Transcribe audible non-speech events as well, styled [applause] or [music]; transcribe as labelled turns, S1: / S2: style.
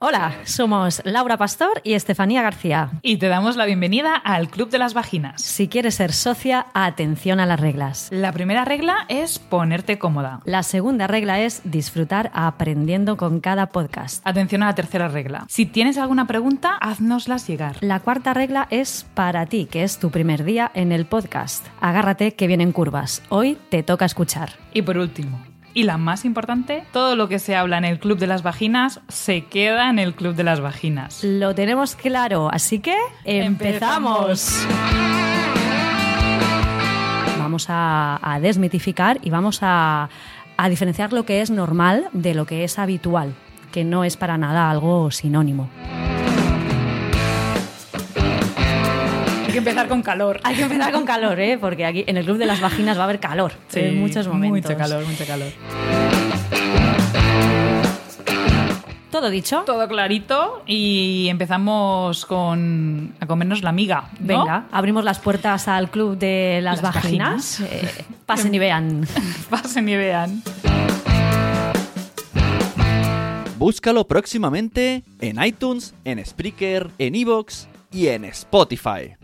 S1: Hola, somos Laura Pastor y Estefanía García.
S2: Y te damos la bienvenida al Club de las Vaginas.
S1: Si quieres ser socia, atención a las reglas.
S2: La primera regla es ponerte cómoda.
S1: La segunda regla es disfrutar aprendiendo con cada podcast.
S2: Atención a la tercera regla. Si tienes alguna pregunta, haznoslas llegar.
S1: La cuarta regla es para ti, que es tu primer día en el podcast. Agárrate que vienen curvas. Hoy te toca escuchar.
S2: Y por último, y la más importante, todo lo que se habla en el Club de las Vaginas se queda en el Club de las Vaginas.
S1: Lo tenemos claro, así que empezamos. Vamos a, a desmitificar y vamos a, a diferenciar lo que es normal de lo que es habitual, que no es para nada algo sinónimo.
S2: Hay que empezar con calor.
S1: Hay que
S2: [laughs]
S1: empezar con calor, ¿eh? porque aquí en el Club de las Vaginas va a haber calor en muchos momentos.
S2: Mucho calor, mucho calor.
S1: Todo dicho.
S2: Todo clarito y empezamos con a comernos la miga. ¿no? [laughs]
S1: Venga, abrimos las puertas al Club de las,
S2: Las
S1: Vaginas. Eh, pasen y vean.
S2: Pasen y vean.
S3: Búscalo próximamente en iTunes, en Spreaker, en Evox y en Spotify.